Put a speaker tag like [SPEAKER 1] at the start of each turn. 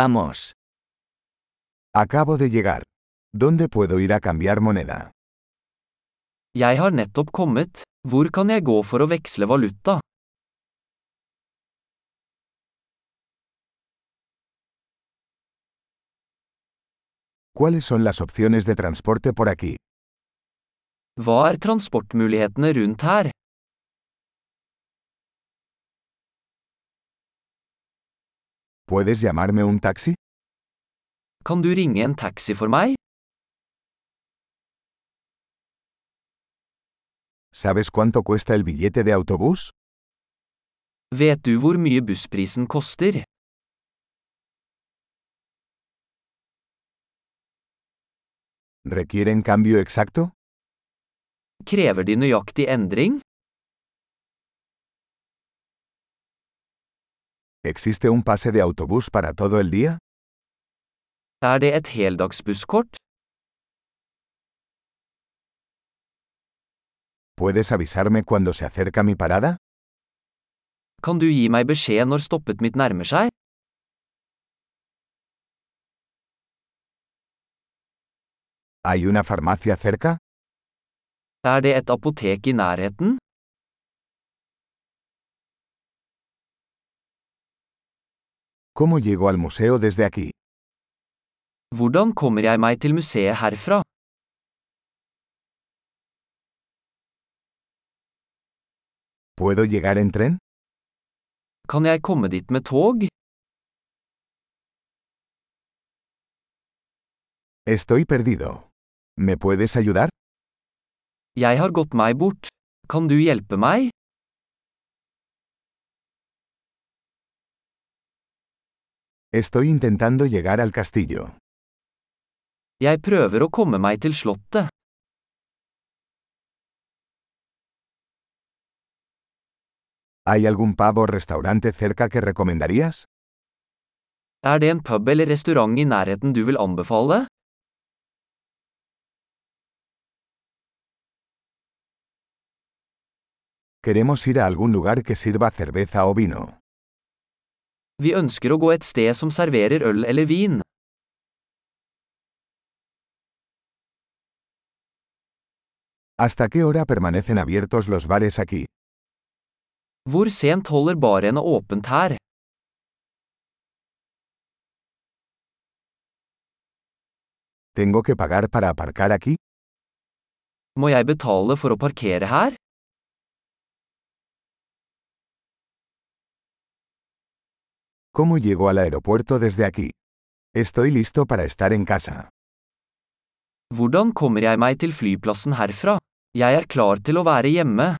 [SPEAKER 1] Vamos.
[SPEAKER 2] Acabo de llegar. ¿Dónde puedo ir a cambiar moneda?
[SPEAKER 3] Jeg har nettopp kommet. Hvor kan jeg gå for å veksle valuta?
[SPEAKER 2] ¿Cuáles son las opciones de transporte por aquí?
[SPEAKER 3] Hva er transportmulighetene rundt her?
[SPEAKER 2] ¿Puedes llamarme un taxi?
[SPEAKER 3] Kan du ringe en taxi for meg?
[SPEAKER 2] ¿Sabes cuánto cuesta el billete de autobús?
[SPEAKER 3] Vet du hvor mye bussprisen koster?
[SPEAKER 2] ¿Requieren cambio exacto?
[SPEAKER 3] Krever de nøyaktig endring?
[SPEAKER 2] ¿Existe un pase de autobús para todo el día?
[SPEAKER 3] Er det et heldagsbusskort?
[SPEAKER 2] ¿Puedes avisarme cuando se acerca mi parada?
[SPEAKER 3] Kan du gi meg beskjed når stoppet mitt nærmer seg?
[SPEAKER 2] ¿Hay una farmacia cerca?
[SPEAKER 3] Er det et apotek i nærheten?
[SPEAKER 2] ¿Cómo llego al museo desde aquí?
[SPEAKER 3] Hvordan kommer jeg meg til museet herfra?
[SPEAKER 2] ¿Puedo llegar en tren?
[SPEAKER 3] Kan jeg komme dit med tog?
[SPEAKER 2] Estoy perdido. ¿Me puedes ayudar?
[SPEAKER 3] Jeg har gått meg bort. Kan du hjelpe meg?
[SPEAKER 2] Estoy intentando llegar al castillo.
[SPEAKER 3] Jeg prøver å komme meg til slottet.
[SPEAKER 2] ¿Hay algún pavo o restaurante cerca que recomendarías?
[SPEAKER 3] Er det en pub eller restaurant i nærheten du vil anbefale?
[SPEAKER 2] Queremos ir a algún lugar que sirva cerveza o vino.
[SPEAKER 3] Vi ønsker å gå et sted som serverer øl eller vin.
[SPEAKER 2] ¿Hasta qué hora permanecen abiertos los bares aquí?
[SPEAKER 3] Hvor sent holder barene åpent her?
[SPEAKER 2] ¿Tengo que pagar para aparcar aquí?
[SPEAKER 3] Må jeg betale for å parkere her?
[SPEAKER 2] ¿Cómo llego al aeropuerto desde aquí? Estoy listo para estar en casa.
[SPEAKER 3] Hvordan kommer jeg meg til flyplassen herfra? Jeg er klar til å være hjemme.